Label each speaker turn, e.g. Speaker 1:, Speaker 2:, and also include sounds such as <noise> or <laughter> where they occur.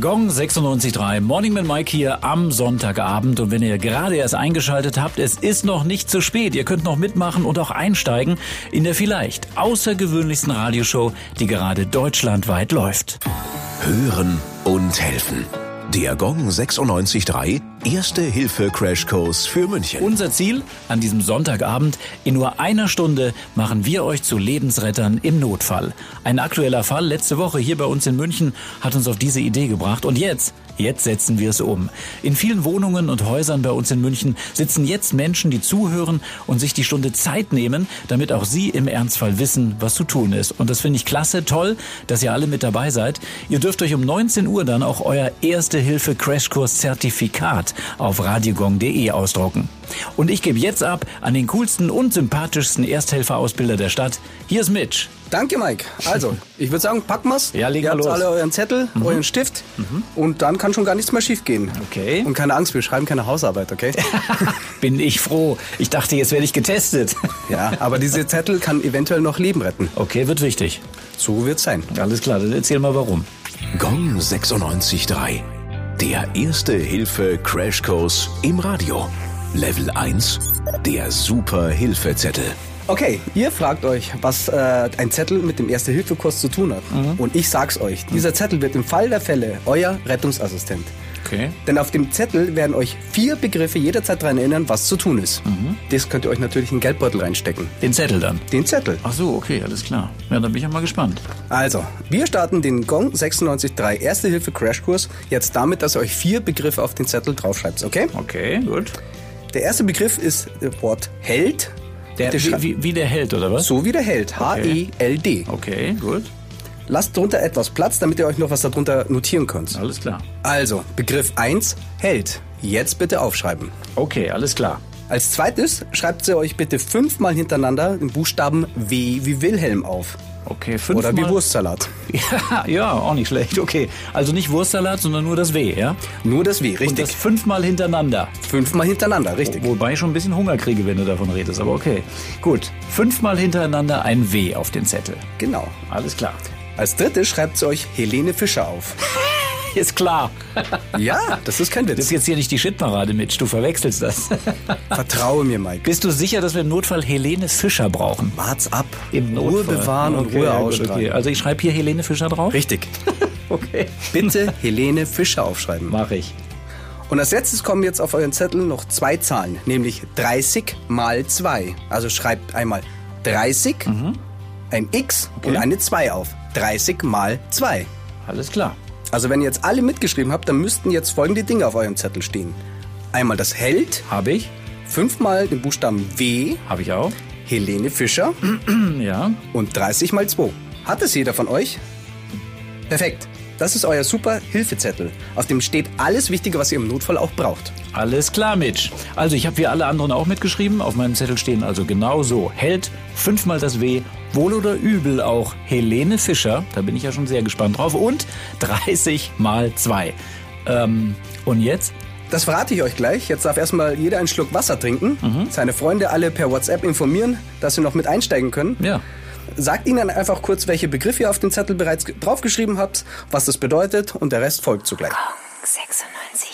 Speaker 1: Gong 96.3, Morning mit Mike hier am Sonntagabend. Und wenn ihr gerade erst eingeschaltet habt, es ist noch nicht zu spät. Ihr könnt noch mitmachen und auch einsteigen in der vielleicht außergewöhnlichsten Radioshow, die gerade deutschlandweit läuft.
Speaker 2: Hören und helfen. Der Gong 96.3, Erste Hilfe Crashkurs für München.
Speaker 1: Unser Ziel an diesem Sonntagabend, in nur einer Stunde machen wir euch zu Lebensrettern im Notfall. Ein aktueller Fall letzte Woche hier bei uns in München hat uns auf diese Idee gebracht und jetzt, jetzt setzen wir es um. In vielen Wohnungen und Häusern bei uns in München sitzen jetzt Menschen, die zuhören und sich die Stunde Zeit nehmen, damit auch sie im Ernstfall wissen, was zu tun ist. Und das finde ich klasse, toll, dass ihr alle mit dabei seid. Ihr dürft euch um 19 Uhr dann auch euer Erste Hilfe Crashkurs Zertifikat auf radiogong.de ausdrucken. Und ich gebe jetzt ab an den coolsten und sympathischsten Ersthelferausbilder der Stadt. Hier ist Mitch.
Speaker 3: Danke, Mike.
Speaker 1: <laughs>
Speaker 3: Also, ich würde sagen, packen wir's.
Speaker 1: Ja, legen
Speaker 3: Ihr
Speaker 1: wir
Speaker 3: habt
Speaker 1: los. Mhm.
Speaker 3: alle euren Zettel, euren Stift und dann kann schon gar nichts mehr schiefgehen.
Speaker 1: Okay.
Speaker 3: Und keine Angst, wir schreiben keine Hausarbeit,
Speaker 1: <laughs>
Speaker 3: okay? <laughs>
Speaker 1: Bin ich froh. Ich dachte, jetzt werde ich getestet. <laughs>
Speaker 3: ja, aber diese Zettel kann eventuell noch Leben retten.
Speaker 1: Okay, wird wichtig.
Speaker 3: So wird's sein.
Speaker 1: Alles klar, dann erzähl mal warum.
Speaker 2: Gong 96.3, der Erste Hilfe Crashkurs im Radio. Level 1, der Super Hilfezettel.
Speaker 3: Okay, ihr fragt euch, was äh, ein Zettel mit dem Erste-Hilfe-Kurs zu tun hat.
Speaker 1: Mhm.
Speaker 3: Und ich sag's euch, dieser Zettel wird im Fall der Fälle euer Rettungsassistent.
Speaker 1: Okay.
Speaker 3: Denn auf dem Zettel werden euch vier Begriffe jederzeit daran erinnern, was zu tun ist.
Speaker 1: Mhm.
Speaker 3: Das könnt ihr euch natürlich in den Geldbeutel reinstecken.
Speaker 1: Den Zettel dann.
Speaker 3: Den Zettel.
Speaker 1: Ach so, okay, alles klar. Ja, dann bin ich ja mal gespannt.
Speaker 3: Also, wir starten den Gong 96.3 Erste-Hilfe-Crashkurs jetzt damit, dass ihr euch vier Begriffe auf den Zettel draufschreibt, okay?
Speaker 1: Okay, gut.
Speaker 3: Der erste Begriff ist das Wort Held.
Speaker 1: Der,
Speaker 3: Bitte
Speaker 1: wie,
Speaker 3: schreibt-
Speaker 1: wie, wie der Held, oder was?
Speaker 3: so wie der Held, H-E-L-D.
Speaker 1: Okay, gut.
Speaker 3: Lasst drunter etwas Platz, damit ihr euch noch was darunter notieren könnt.
Speaker 1: Alles klar.
Speaker 3: Also, Begriff 1, Held. Jetzt bitte aufschreiben.
Speaker 1: Okay, alles klar.
Speaker 3: Als zweites schreibt sie euch bitte fünfmal hintereinander den Buchstaben W wie Wilhelm auf.
Speaker 1: Okay, fünfmal.
Speaker 3: Oder wie Wurstsalat.
Speaker 1: Ja, <laughs> ja, auch nicht schlecht. Okay, also nicht Wurstsalat, sondern nur das W, ja?
Speaker 3: Nur das W,
Speaker 1: Und das
Speaker 3: richtig.
Speaker 1: fünfmal hintereinander.
Speaker 3: Fünfmal hintereinander, richtig.
Speaker 1: Wobei ich schon ein bisschen Hunger kriege, wenn du davon redest, aber okay. Gut, fünfmal hintereinander ein W auf den Zettel.
Speaker 3: Genau.
Speaker 1: Alles klar.
Speaker 3: Als drittes schreibt sie euch Helene Fischer auf.
Speaker 1: Ist klar.
Speaker 3: Ja, das ist kein
Speaker 1: Das ist
Speaker 3: Witz.
Speaker 1: jetzt hier nicht die Shitparade, Mitch. Du verwechselst <laughs> das.
Speaker 3: Vertraue mir, Mike.
Speaker 1: Bist du sicher, dass wir im Notfall Helene Fischer brauchen?
Speaker 3: Wart's ab.
Speaker 1: Im
Speaker 3: Ruhe
Speaker 1: Notfall.
Speaker 3: bewahren und
Speaker 1: Okay,
Speaker 3: Ruhe
Speaker 1: ja, gut,
Speaker 3: ausstrahlen.
Speaker 1: Okay. Also ich schreibe hier Helene Fischer drauf?
Speaker 3: Richtig.
Speaker 1: <laughs> Okay.
Speaker 3: Bitte Helene Fischer aufschreiben.
Speaker 1: Mach ich.
Speaker 3: Und als letztes kommen jetzt auf euren Zettel noch zwei Zahlen, nämlich 30 mal 2. Also schreibt einmal 30,
Speaker 1: Mhm.
Speaker 3: ein X und eine 2 auf. 30 mal 2.
Speaker 1: Alles klar.
Speaker 3: Also wenn ihr jetzt alle mitgeschrieben habt, dann müssten jetzt folgende Dinge auf eurem Zettel stehen. Einmal das Held,
Speaker 1: Habe ich.
Speaker 3: fünfmal den Buchstaben W,
Speaker 1: Habe ich auch. Hm,
Speaker 3: Helene Fischer
Speaker 1: Ja.
Speaker 3: und 30 mal 2. Hat es jeder von euch? Perfekt. Das ist euer super Hilfezettel. Auf dem steht alles Wichtige, was ihr im Notfall auch braucht.
Speaker 1: Alles klar, Mitch. Also ich habe wie alle anderen auch mitgeschrieben. Auf meinem Zettel stehen also genau so. Held, fünfmal das W, wohl oder übel auch Helene Fischer. Da bin ich ja schon sehr gespannt drauf. Und 30 mal 2. Ähm, und jetzt?
Speaker 3: Das verrate ich euch gleich. Jetzt darf erstmal jeder einen Schluck Wasser trinken, seine Freunde alle per WhatsApp informieren, dass sie noch mit einsteigen können.
Speaker 1: Ja.
Speaker 3: Sagt ihnen einfach kurz, welche Begriffe ihr auf den Zettel bereits ge- draufgeschrieben habt, was das bedeutet und der Rest folgt zugleich.
Speaker 4: 96,3